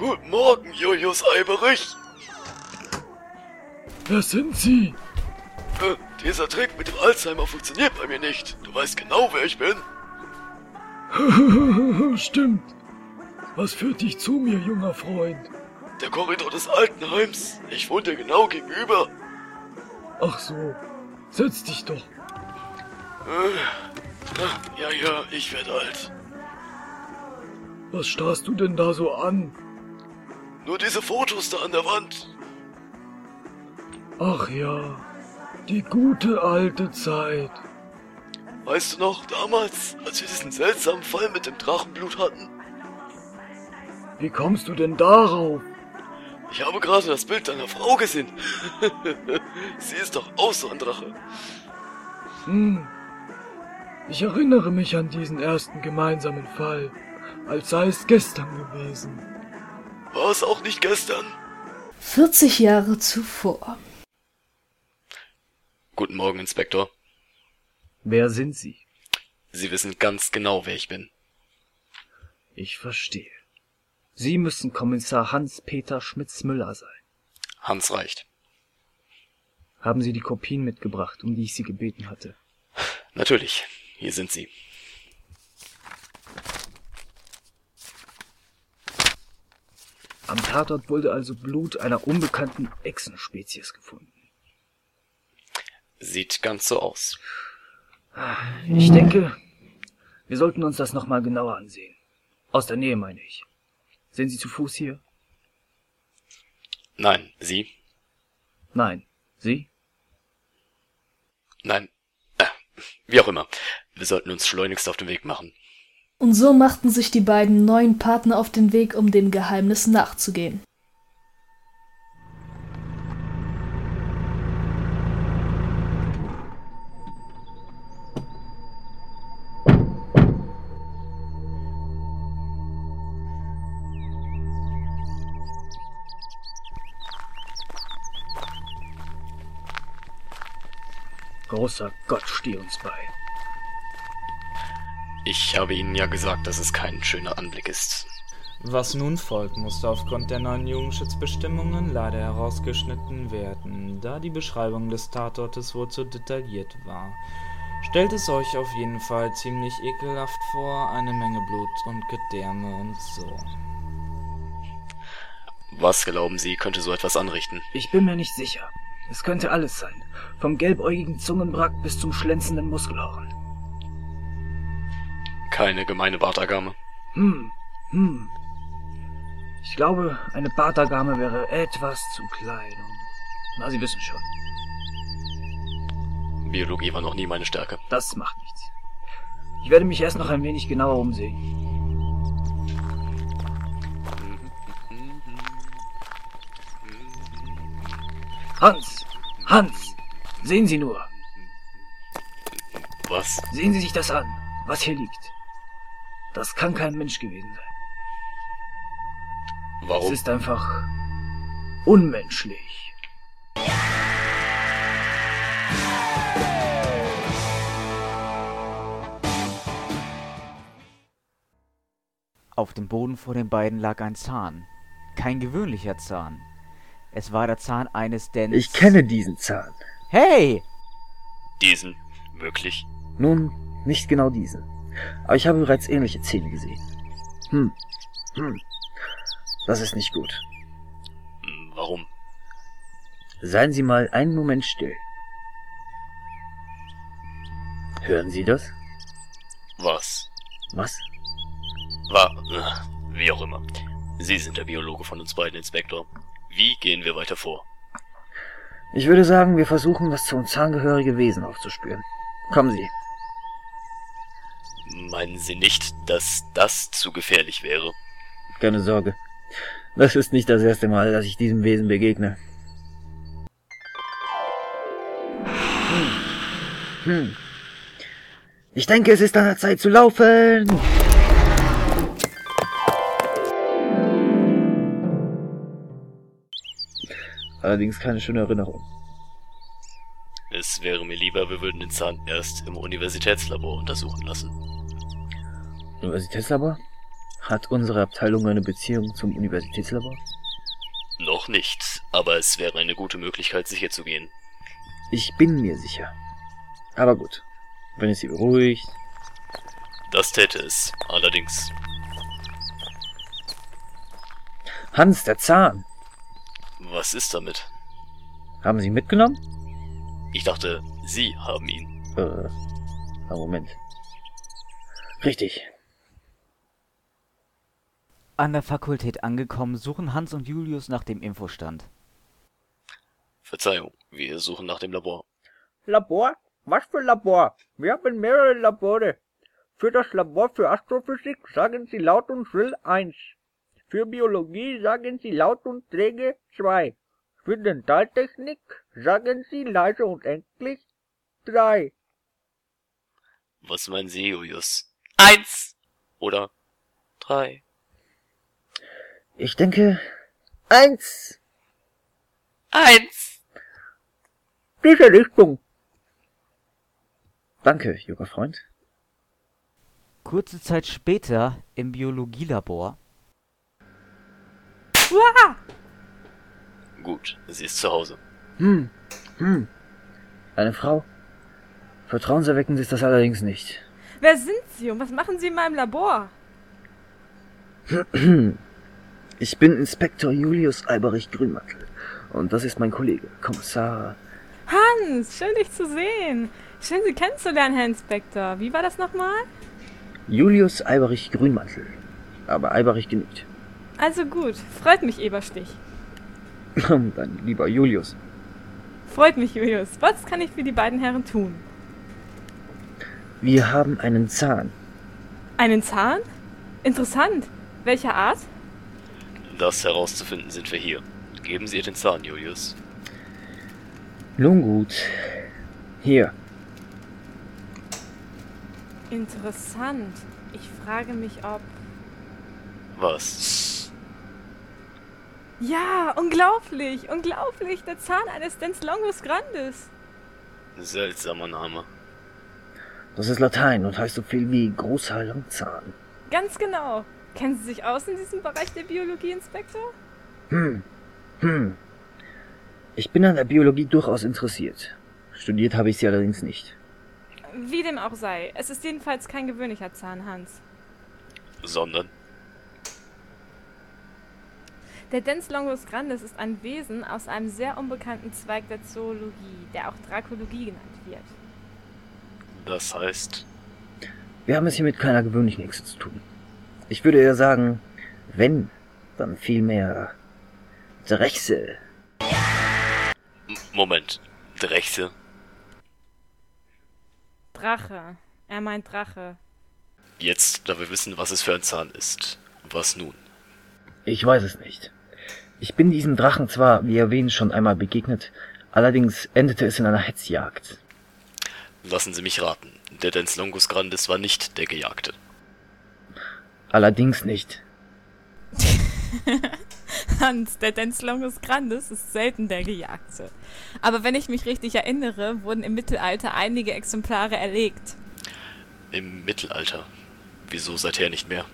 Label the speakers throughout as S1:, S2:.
S1: Soldaten Julius Alberich.
S2: Das sind Sie.
S1: Äh, dieser Trick mit dem Alzheimer funktioniert bei mir nicht. Du weißt genau, wer ich bin.
S2: Stimmt. Was führt dich zu mir, junger Freund?
S1: Der Korridor des Altenheims. Ich wohne dir genau gegenüber.
S2: Ach so. Setz dich doch.
S1: Äh, ah, Ja, ja, ich werde alt.
S2: Was starrst du denn da so an?
S1: Nur diese Fotos da an der Wand.
S2: Ach ja. Die gute alte Zeit.
S1: Weißt du noch, damals, als wir diesen seltsamen Fall mit dem Drachenblut hatten?
S2: Wie kommst du denn darauf?
S1: Ich habe gerade das Bild deiner Frau gesehen. Sie ist doch auch so ein Drache.
S2: Hm. Ich erinnere mich an diesen ersten gemeinsamen Fall, als sei es gestern gewesen.
S1: War es auch nicht gestern?
S3: 40 Jahre zuvor.
S1: Guten Morgen, Inspektor.
S4: Wer sind Sie?
S1: Sie wissen ganz genau, wer ich bin.
S4: Ich verstehe. Sie müssen Kommissar Hans-Peter Schmitz-Müller sein.
S1: Hans reicht.
S4: Haben Sie die Kopien mitgebracht, um die ich Sie gebeten hatte?
S1: Natürlich, hier sind sie.
S4: Am Tatort wurde also Blut einer unbekannten Echsenspezies gefunden.
S1: Sieht ganz so aus.
S4: Ich denke, wir sollten uns das nochmal genauer ansehen. Aus der Nähe meine ich. Sind Sie zu Fuß hier?
S1: Nein, sie?
S4: Nein. Sie?
S1: Nein. Äh, Wie auch immer. Wir sollten uns schleunigst auf den Weg machen.
S3: Und so machten sich die beiden neuen Partner auf den Weg, um dem Geheimnis nachzugehen.
S4: Großer Gott, steh uns bei.
S1: Ich habe Ihnen ja gesagt, dass es kein schöner Anblick ist.
S5: Was nun folgt, musste aufgrund der neuen Jugendschutzbestimmungen leider herausgeschnitten werden, da die Beschreibung des Tatortes wohl zu detailliert war. Stellt es euch auf jeden Fall ziemlich ekelhaft vor, eine Menge Blut und Gedärme und so.
S1: Was glauben Sie, könnte so etwas anrichten?
S4: Ich bin mir nicht sicher. Es könnte alles sein. Vom gelbäugigen Zungenbrack bis zum schlänzenden Muskelhorn.
S1: Keine gemeine Bartagame.
S4: Hm, hm. Ich glaube, eine Bartagame wäre etwas zu klein. Und na, Sie wissen schon.
S1: Biologie war noch nie meine Stärke.
S4: Das macht nichts. Ich werde mich erst noch ein wenig genauer umsehen. Hans! Hans! Sehen Sie nur!
S1: Was?
S4: Sehen Sie sich das an, was hier liegt. Das kann kein Mensch gewesen sein. Es
S1: Warum?
S4: ist einfach unmenschlich.
S6: Auf dem Boden vor den beiden lag ein Zahn. Kein gewöhnlicher Zahn. Es war der Zahn eines Dents.
S7: Ich kenne diesen Zahn.
S6: Hey!
S1: Diesen? Wirklich?
S7: Nun, nicht genau diesen. Aber ich habe bereits ähnliche Zähne gesehen. Hm. Hm. Das ist nicht gut.
S1: Hm, Warum?
S7: Seien Sie mal einen Moment still. Hören Sie das?
S1: Was?
S7: Was?
S1: War. äh, Wie auch immer. Sie sind der Biologe von uns beiden, Inspektor. Wie gehen wir weiter vor?
S7: Ich würde sagen, wir versuchen, das zu uns zahngehörige Wesen aufzuspüren. Kommen Sie.
S1: Meinen Sie nicht, dass das zu gefährlich wäre?
S7: Keine Sorge. Das ist nicht das erste Mal, dass ich diesem Wesen begegne. Hm. Hm. Ich denke, es ist an der Zeit zu laufen. Allerdings keine schöne Erinnerung.
S1: Es wäre mir lieber, wir würden den Zahn erst im Universitätslabor untersuchen lassen.
S7: Universitätslabor? Hat unsere Abteilung eine Beziehung zum Universitätslabor?
S1: noch nicht, aber es wäre eine gute Möglichkeit, sicher zu gehen.
S4: Ich bin mir sicher. Aber gut, wenn es sie beruhigt.
S1: Das täte es, allerdings.
S4: Hans, der Zahn.
S1: Was ist damit?
S4: Haben Sie ihn mitgenommen?
S1: Ich dachte, Sie haben ihn.
S4: Äh, na, Moment. Richtig.
S6: An der Fakultät angekommen, suchen Hans und Julius nach dem Infostand.
S1: Verzeihung, wir suchen nach dem Labor.
S8: Labor? Was für Labor? Wir haben mehrere Labore. Für das Labor für Astrophysik sagen Sie laut und schrill 1. Für Biologie sagen Sie laut und träge 2. Für Dentaltechnik sagen Sie leise und endlich 3.
S1: Was meinen Sie, Julius? Eins! Oder drei.
S4: Ich denke. Eins!
S1: Eins!
S8: Diese Richtung.
S4: Danke, junger Freund.
S6: Kurze Zeit später im Biologielabor.
S1: Gut, sie ist zu Hause.
S4: Hm. Hm. Eine Frau? Vertrauenserweckend ist das allerdings nicht.
S9: Wer sind Sie und was machen Sie in meinem Labor?
S4: Ich bin Inspektor Julius Alberich Grünmantel. Und das ist mein Kollege, Kommissar.
S9: Hans, schön dich zu sehen. Schön Sie kennenzulernen, Herr Inspektor. Wie war das nochmal?
S4: Julius Alberich Grünmantel. Aber Alberich genügt.
S9: Also gut, freut mich, Eberstich.
S4: Dann lieber Julius.
S9: Freut mich, Julius. Was kann ich für die beiden Herren tun?
S4: Wir haben einen Zahn.
S9: Einen Zahn? Interessant. Welcher Art?
S1: Das herauszufinden sind wir hier. Geben Sie ihr den Zahn, Julius.
S4: Nun gut. Hier.
S9: Interessant. Ich frage mich, ob.
S1: Was?
S9: Ja, unglaublich, unglaublich. Der Zahn eines Dens Longus Grandes.
S1: Seltsamer Name.
S4: Das ist Latein und heißt so viel wie großer Langzahn.
S9: Ganz genau. Kennen Sie sich aus in diesem Bereich der Biologie, Inspektor?
S4: Hm. Hm. Ich bin an der Biologie durchaus interessiert. Studiert habe ich sie allerdings nicht.
S9: Wie dem auch sei, es ist jedenfalls kein gewöhnlicher Zahn, Hans.
S1: Sondern?
S9: Der Dens longus grandis ist ein Wesen aus einem sehr unbekannten Zweig der Zoologie, der auch Drakologie genannt wird.
S1: Das heißt,
S4: Wir haben es hier mit keiner gewöhnlichen Hexe zu tun. Ich würde eher sagen, wenn, dann vielmehr Drechsel.
S1: M Moment, Drechse.
S9: Drache. Er meint Drache.
S1: Jetzt, da wir wissen, was es für ein Zahn ist. Was nun?
S4: Ich weiß es nicht. Ich bin diesem Drachen zwar, wie erwähnt, schon einmal begegnet, allerdings endete es in einer Hetzjagd.
S1: Lassen Sie mich raten. Der Dens Longus Grandis war nicht der Gejagte.
S4: Allerdings nicht.
S9: Hans, der Dens longus grandis ist selten der Gejagte. Aber wenn ich mich richtig erinnere, wurden im Mittelalter einige Exemplare erlegt.
S1: Im Mittelalter. Wieso seither nicht mehr?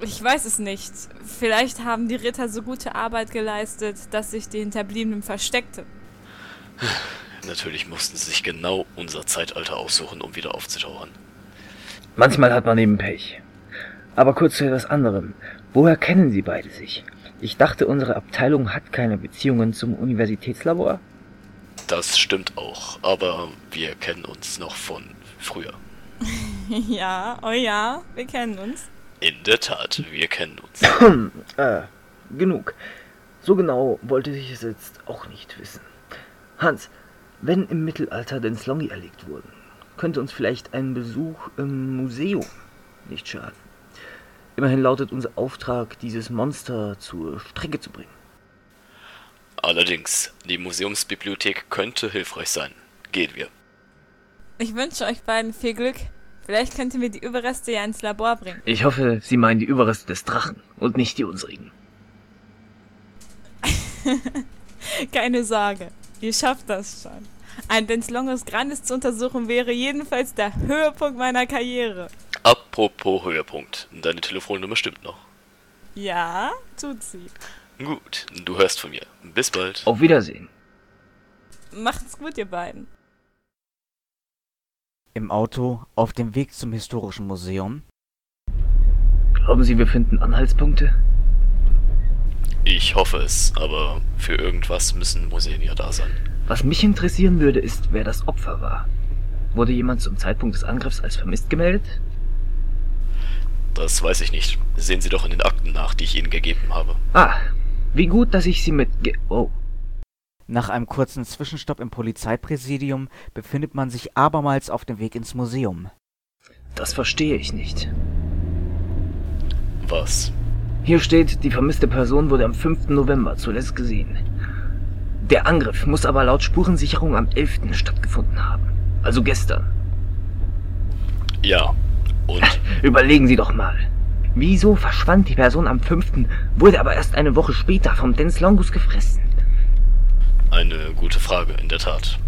S9: Ich weiß es nicht. Vielleicht haben die Ritter so gute Arbeit geleistet, dass sich die Hinterbliebenen versteckten.
S1: Natürlich mussten sie sich genau unser Zeitalter aussuchen, um wieder aufzutauchen.
S4: Manchmal hat man eben Pech. Aber kurz zu etwas anderem. Woher kennen Sie beide sich? Ich dachte, unsere Abteilung hat keine Beziehungen zum Universitätslabor.
S1: Das stimmt auch, aber wir kennen uns noch von früher.
S9: Ja, oh ja, wir kennen uns.
S1: In der Tat, wir kennen uns.
S4: Äh, genug. So genau wollte ich es jetzt auch nicht wissen. Hans, wenn im Mittelalter Denslongi erlegt wurden, könnte uns vielleicht ein Besuch im Museum nicht schaden. Immerhin lautet unser Auftrag, dieses Monster zur Strecke zu bringen.
S1: Allerdings, die Museumsbibliothek könnte hilfreich sein. Gehen wir.
S9: Ich wünsche euch beiden viel Glück. Vielleicht könnt ihr mir die Überreste ja ins Labor bringen.
S10: Ich hoffe, Sie meinen die Überreste des Drachen und nicht die unsrigen.
S9: Keine Sorge, ihr schafft das schon. Ein Denslongus Grandis zu untersuchen wäre jedenfalls der Höhepunkt meiner Karriere.
S1: Apropos Höhepunkt. Deine Telefonnummer stimmt noch.
S9: Ja, tut sie.
S1: Gut, du hörst von mir. Bis bald.
S4: Auf Wiedersehen.
S9: Macht's gut, ihr beiden.
S6: Im Auto, auf dem Weg zum Historischen Museum,
S4: Glauben Sie, wir finden Anhaltspunkte?
S1: Ich hoffe es, aber für irgendwas müssen Museen ja da sein.
S4: Was mich interessieren würde, ist, wer das Opfer war. Wurde jemand zum Zeitpunkt des Angriffs als vermisst gemeldet?
S1: Das weiß ich nicht. Sehen Sie doch in den Akten nach, die ich Ihnen gegeben habe.
S4: Ah, wie gut, dass ich Sie mitge... Oh,
S6: Nach einem kurzen Zwischenstopp im Polizeipräsidium befindet man sich abermals auf dem Weg ins Museum.
S4: das verstehe ich nicht.
S1: Was?
S4: Hier steht, die vermisste Person wurde am 5. November zuletzt gesehen. Der Angriff muss aber laut Spurensicherung am 11. stattgefunden haben. Also gestern.
S1: Ja. Und
S4: Überlegen Sie doch mal. Wieso verschwand die Person am 5., wurde aber erst eine Woche später vom Denslongus gefressen?
S1: eine gute Frage, in der Tat.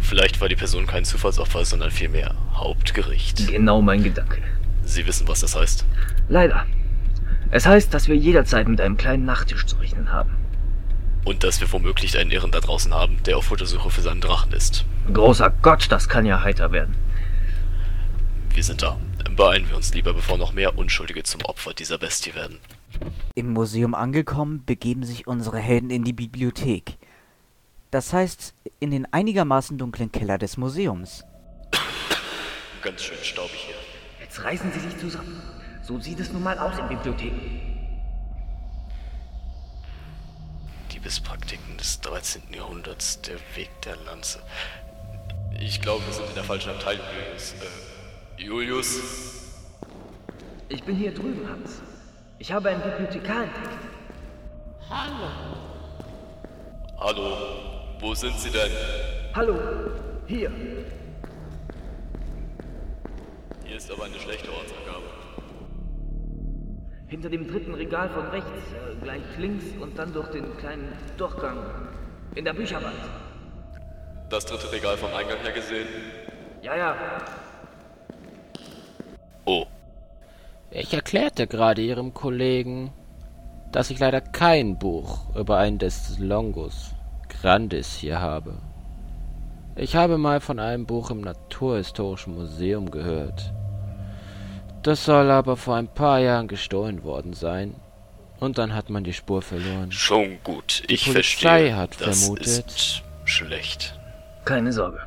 S1: Vielleicht war die Person kein Zufallsopfer, sondern vielmehr Hauptgericht.
S4: Genau mein Gedanke.
S1: Sie wissen, was das heißt.
S4: Leider. Es heißt, dass wir jederzeit mit einem kleinen Nachtisch zu rechnen haben.
S1: Und dass wir womöglich einen Irren da draußen haben, der auf Futtersuche für seinen Drachen ist.
S4: Großer Gott, das kann ja heiter werden.
S1: Wir sind da. Beeilen wir uns lieber, bevor noch mehr Unschuldige zum Opfer dieser Bestie werden.
S6: Im Museum angekommen, begeben sich unsere Helden in die Bibliothek. Das heißt, in den einigermaßen dunklen Keller des Museums.
S1: Ganz schön staubig hier.
S4: Jetzt reißen Sie sich zusammen. So sieht es nun mal aus in Bibliotheken.
S1: Diebespraktiken des 13. Jahrhunderts, der Weg der Lanze. Ich glaube, wir sind in der falschen Abteilung, Julius. Äh, Julius?
S4: Ich bin hier drüben, Hans. Ich habe einen Bibliothekar entdeckt.
S1: Hallo? Wo sind Sie denn?
S4: Hallo, hier.
S1: Hier ist aber eine schlechte Ortsangabe.
S4: Hinter dem dritten Regal von rechts, äh, gleich links und dann durch den kleinen Durchgang. In der Bücherwand.
S1: Das dritte Regal vom Eingang her gesehen.
S4: Ja, ja.
S1: Oh,
S11: Ich erklärte gerade Ihrem Kollegen, dass ich leider kein Buch über einen des Longus Grandis hier habe. Ich habe mal von einem Buch im Naturhistorischen Museum gehört. Das soll aber vor ein paar Jahren gestohlen worden sein. Und dann hat man die Spur verloren.
S1: schon gut. Ich
S11: Polizei
S1: verstehe.
S11: hat
S1: das
S11: vermutet-
S1: ist schlecht.
S4: Keine Sorge.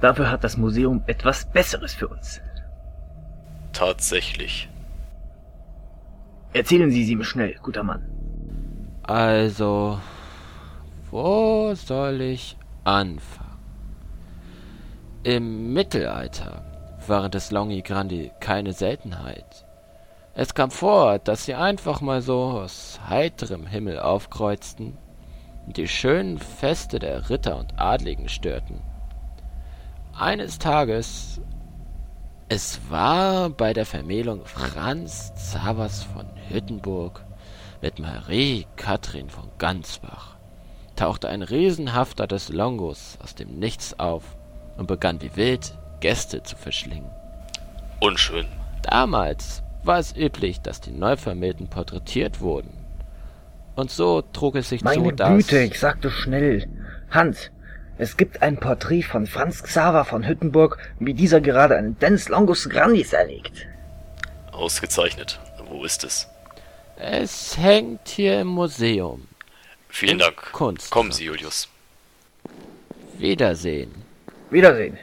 S4: Dafür hat das Museum etwas Besseres für uns.
S1: Tatsächlich.
S4: Erzählen Sie es ihm schnell, guter Mann.
S11: Also, wo soll ich anfangen? Im Mittelalter waren das Longi Grandi keine Seltenheit. Es kam vor, dass sie einfach mal so aus heiterem Himmel aufkreuzten und die schönen Feste der Ritter und Adligen störten. Eines Tages, es war bei der Vermählung Franz Zavers von Hüttenburg mit Marie Katrin von Gansbach tauchte ein Riesenhafter des Longos aus dem Nichts auf und begann wie wild Gäste zu verschlingen.
S1: Unschön.
S11: Damals war es üblich, dass die Neuvermählten porträtiert wurden. Und so trug es sich
S4: Meine
S11: zu, dass...
S4: Güte, ich sagte schnell. Hans, es gibt ein Porträt von Franz Xaver von Hüttenburg, wie dieser gerade einen Dens Longus Grandis erlegt.
S1: Ausgezeichnet. Wo ist es?
S11: Es hängt hier im Museum.
S1: Vielen
S11: Im
S1: Dank.
S11: Kunst-
S1: Kommen Sie, Julius.
S11: Wiedersehen.
S4: Wiedersehen.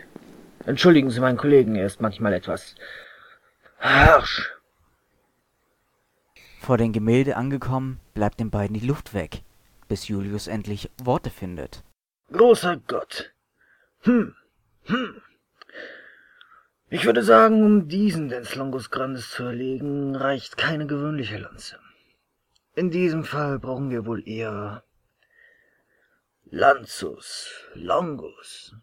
S4: Entschuldigen Sie meinen Kollegen, er ist manchmal etwas harsch.
S6: Vor dem Gemälde angekommen, bleibt den beiden die Luft weg, bis Julius endlich Worte findet.
S4: Großer Gott. Hm. Hm. Ich würde sagen, um diesen Denslongus Grandes zu erlegen, reicht keine gewöhnliche Lanze. In diesem Fall brauchen wir wohl eher Lanzus, Longus.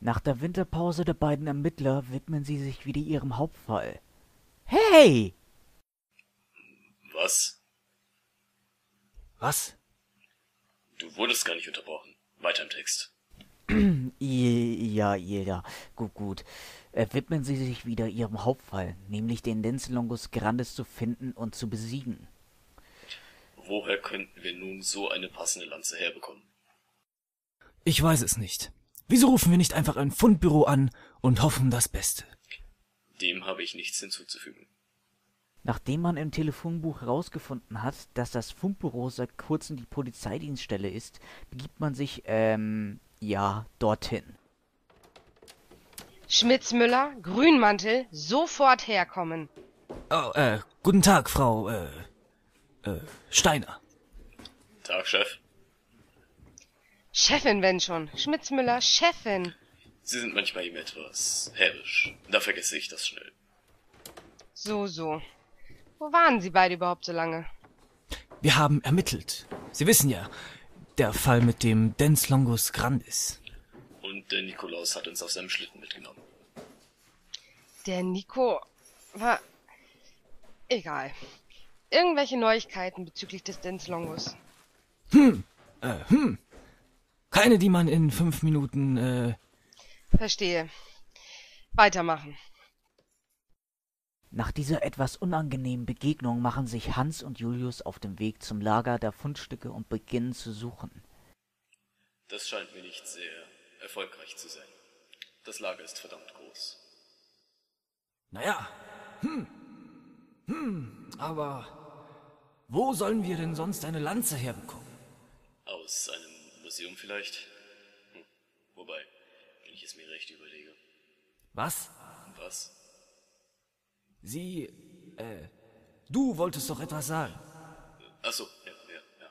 S6: Nach der Winterpause der beiden Ermittler widmen sie sich wieder ihrem Hauptfall. Hey!
S1: Was?
S6: Was?
S1: Du wurdest gar nicht unterbrochen. Weiter im Text.
S6: I- ja, ja, gut, gut. Äh, widmen Sie sich wieder Ihrem Hauptfall, nämlich den Denzilongus Grandes zu finden und zu besiegen.
S1: Woher könnten wir nun so eine passende Lanze herbekommen?
S12: Ich weiß es nicht. Wieso rufen wir nicht einfach ein Fundbüro an und hoffen das Beste?
S1: Dem habe ich nichts hinzuzufügen.
S6: Nachdem man im Telefonbuch herausgefunden hat, dass das Funkbüro seit kurzem die Polizeidienststelle ist, begibt man sich, ähm, ja, dorthin.
S13: Schmitzmüller, Grünmantel, sofort herkommen.
S12: Oh, äh, guten Tag, Frau, äh, äh, Steiner.
S1: Tag, Chef.
S13: Chefin, wenn schon. Schmitzmüller, Chefin.
S1: Sie sind manchmal eben etwas herrisch. Da vergesse ich das schnell.
S13: So, so. Wo waren Sie beide überhaupt so lange?
S12: Wir haben ermittelt. Sie wissen ja, der Fall mit dem Dens Longus Grandis.
S1: Und der Nikolaus hat uns auf seinem Schlitten mitgenommen.
S13: Der Nico war. Egal. Irgendwelche Neuigkeiten bezüglich des Dens Longus.
S12: Hm, äh, hm. Keine, die man in fünf Minuten, äh.
S13: Verstehe. Weitermachen.
S6: Nach dieser etwas unangenehmen Begegnung machen sich Hans und Julius auf den Weg zum Lager der Fundstücke und beginnen zu suchen.
S1: Das scheint mir nicht sehr erfolgreich zu sein. Das Lager ist verdammt groß.
S12: Naja, hm, hm, aber wo sollen wir denn sonst eine Lanze herbekommen?
S1: Aus einem Museum vielleicht? Hm. Wobei, wenn ich es mir recht überlege.
S12: Was?
S1: Was?
S12: Sie, äh, du wolltest doch etwas sagen.
S1: Ach so, ja, ja, ja.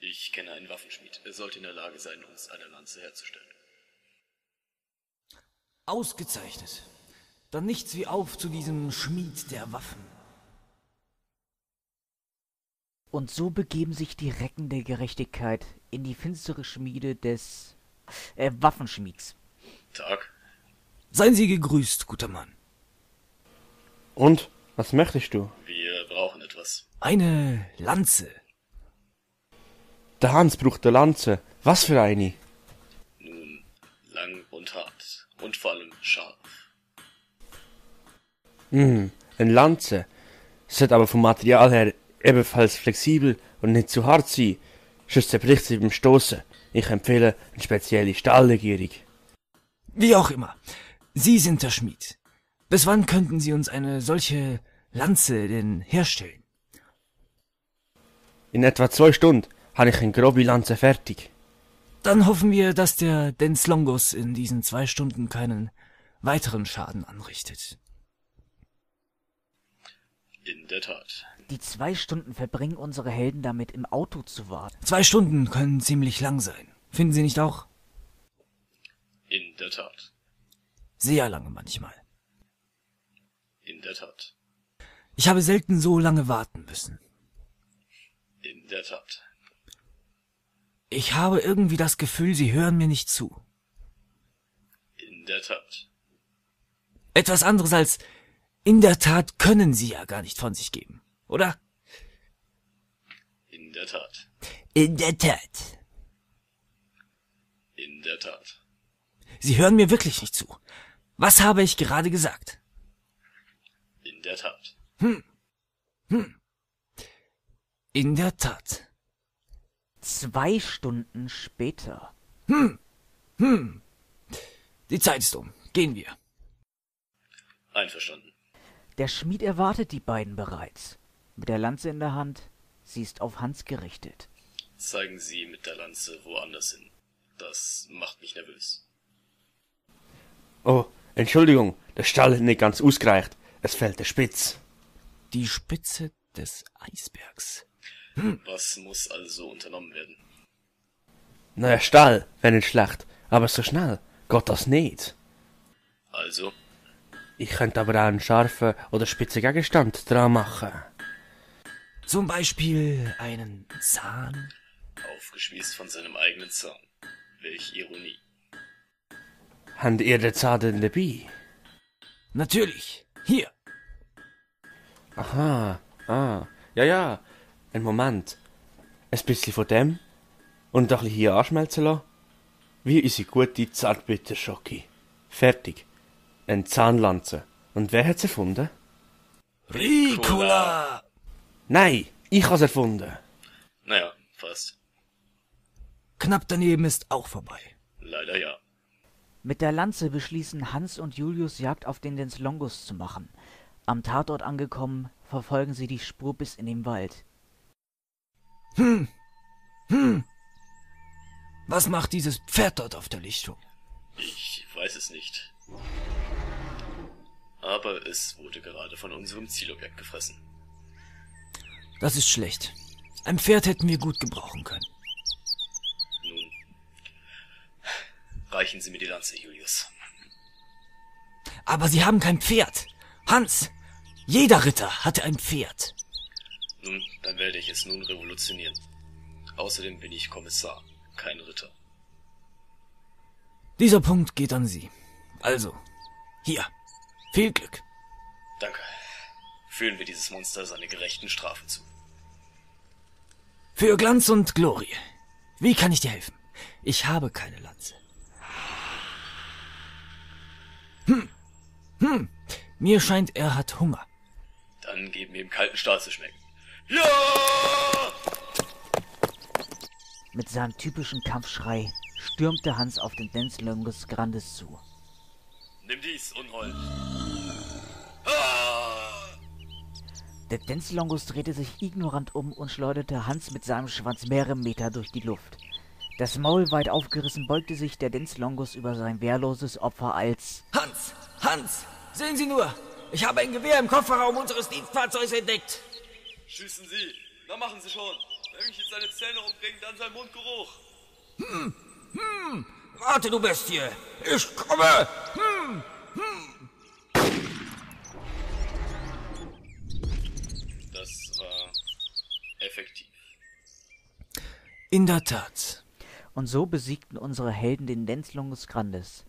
S1: Ich kenne einen Waffenschmied. Er sollte in der Lage sein, uns eine Lanze herzustellen.
S12: Ausgezeichnet. Dann nichts wie auf zu diesem Schmied der Waffen.
S6: Und so begeben sich die Recken der Gerechtigkeit in die finstere Schmiede des äh, Waffenschmieds.
S1: Tag.
S12: Seien Sie gegrüßt, guter Mann.
S14: Und? Was möchtest du?
S1: Wir brauchen etwas.
S12: Eine Lanze.
S14: Der Hans braucht eine Lanze. Was für eine?
S1: Nun, lang und hart. Und vor allem scharf.
S14: Hm, eine Lanze. Sollte aber vom Material her ebenfalls flexibel und nicht zu hart sein. Sonst zerbricht sie beim Stoßen. Ich empfehle eine spezielle Stahllegierung.
S12: Wie auch immer. Sie sind der Schmied. Bis wann könnten Sie uns eine solche Lanze denn herstellen?
S14: In etwa zwei Stunden habe ich eine grobe Lanze fertig.
S12: Dann hoffen wir, dass der Denslongus in diesen zwei Stunden keinen weiteren Schaden anrichtet.
S1: In der Tat.
S6: Die zwei Stunden verbringen unsere Helden damit, im Auto zu warten.
S12: Zwei Stunden können ziemlich lang sein. Finden Sie nicht auch?
S1: In der Tat.
S12: Sehr lange manchmal.
S1: In der Tat.
S12: Ich habe selten so lange warten müssen.
S1: In der Tat.
S12: Ich habe irgendwie das Gefühl, Sie hören mir nicht zu.
S1: In der Tat.
S12: Etwas anderes als in der Tat können Sie ja gar nicht von sich geben, oder?
S1: In der Tat.
S12: In der Tat.
S1: In der Tat.
S12: Sie hören mir wirklich nicht zu. Was habe ich gerade gesagt?
S1: In der Tat.
S12: Hm. Hm. In der Tat.
S6: Zwei Stunden später.
S12: Hm. Hm. Die Zeit ist um. Gehen wir.
S1: Einverstanden.
S6: Der Schmied erwartet die beiden bereits. Mit der Lanze in der Hand. Sie ist auf Hans gerichtet.
S1: Zeigen Sie mit der Lanze woanders hin. Das macht mich nervös.
S14: Oh, Entschuldigung, der Stall hat nicht ganz ausgereicht. Es fällt der Spitz.
S12: Die Spitze des Eisbergs.
S1: Hm. Was muss also unternommen werden?
S14: Naja, Stahl, wenn nicht schlecht. Aber so schnell Gott das nicht.
S1: Also?
S14: Ich könnte aber auch einen scharfen oder spitzen Gegenstand dran machen.
S12: Zum Beispiel einen Zahn.
S1: Aufgespießt von seinem eigenen Zahn. Welch Ironie.
S14: Habt ihr den Zahn denn dabei?
S12: Natürlich. Hier.
S14: Aha, ah, ja, ja. Ein Moment. Ein bisschen von dem und ein bisschen hier anschmelzen lassen. Wie unsere gute Zartbitter-Schocke.
S12: Fertig. Eine Zahnlanze. Und wer hat's erfunden?
S4: Ricola!
S12: Nein, ich has erfunden.
S1: Naja, fast.
S4: Knapp daneben ist auch vorbei.
S1: Leider ja.
S6: Mit der Lanze beschließen Hans und Julius Jagd auf den Denslongus zu machen. Am Tatort angekommen, verfolgen sie die Spur bis in den Wald.
S4: Hm. Hm. Was macht dieses Pferd dort auf der Lichtung?
S1: Ich weiß es nicht. Aber es wurde gerade von unserem Zielobjekt gefressen.
S4: Das ist schlecht. Ein Pferd hätten wir gut gebrauchen können.
S1: Nun, reichen Sie mir die Lanze, Julius.
S4: Aber sie haben kein Pferd. Hans, jeder Ritter hatte ein Pferd.
S1: Nun, dann werde ich es nun revolutionieren. Außerdem bin ich Kommissar, kein Ritter.
S4: Dieser Punkt geht an Sie. Also, hier. Viel Glück.
S1: Danke. Führen wir dieses Monster seine gerechten Strafen zu.
S4: Für Glanz und Glorie. Wie kann ich dir helfen? Ich habe keine Lanze. Hm. Hm. Mir scheint, er hat Hunger.
S1: Dann geben wir ihm kalten Stahl zu schmecken.
S6: Ja! Mit seinem typischen Kampfschrei stürmte Hans auf den Denzlongus Grandes zu.
S1: Nimm dies, Unhold.
S6: Der Denzlongus drehte sich ignorant um und schleuderte Hans mit seinem Schwanz mehrere Meter durch die Luft. Das Maul weit aufgerissen beugte sich der Denzlongus über sein wehrloses Opfer als
S4: Hans! Hans! Sehen Sie nur! Ich habe ein Gewehr im Kofferraum unseres Dienstfahrzeugs entdeckt!
S1: Schießen Sie! Na machen Sie schon! Wenn mich jetzt seine Zähne umbringen, dann sein Mundgeruch!
S4: Hm! Hm! Warte, du Bestie! Ich komme! Hm! Hm!
S1: Das war effektiv.
S4: In der Tat.
S6: Und so besiegten unsere Helden den Denzlongus Grandes.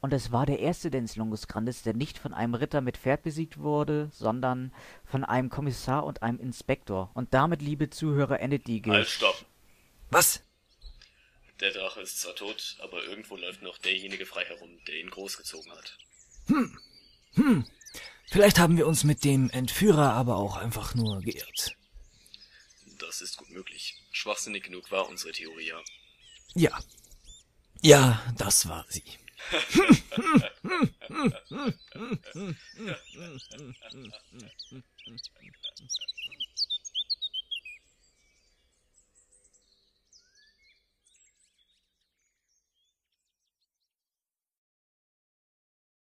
S6: Und es war der erste Denzlongus Grandes, der nicht von einem Ritter mit Pferd besiegt wurde, sondern von einem Kommissar und einem Inspektor. Und damit, liebe Zuhörer, endet die
S1: Halt, stopp!
S4: Was?
S1: Der Drache ist zwar tot, aber irgendwo läuft noch derjenige frei herum, der ihn großgezogen hat.
S4: Hm. Hm. Vielleicht haben wir uns mit dem Entführer aber auch einfach nur geirrt.
S1: Das ist gut möglich. Schwachsinnig genug war unsere Theorie ja.
S4: Ja. Ja, das war sie.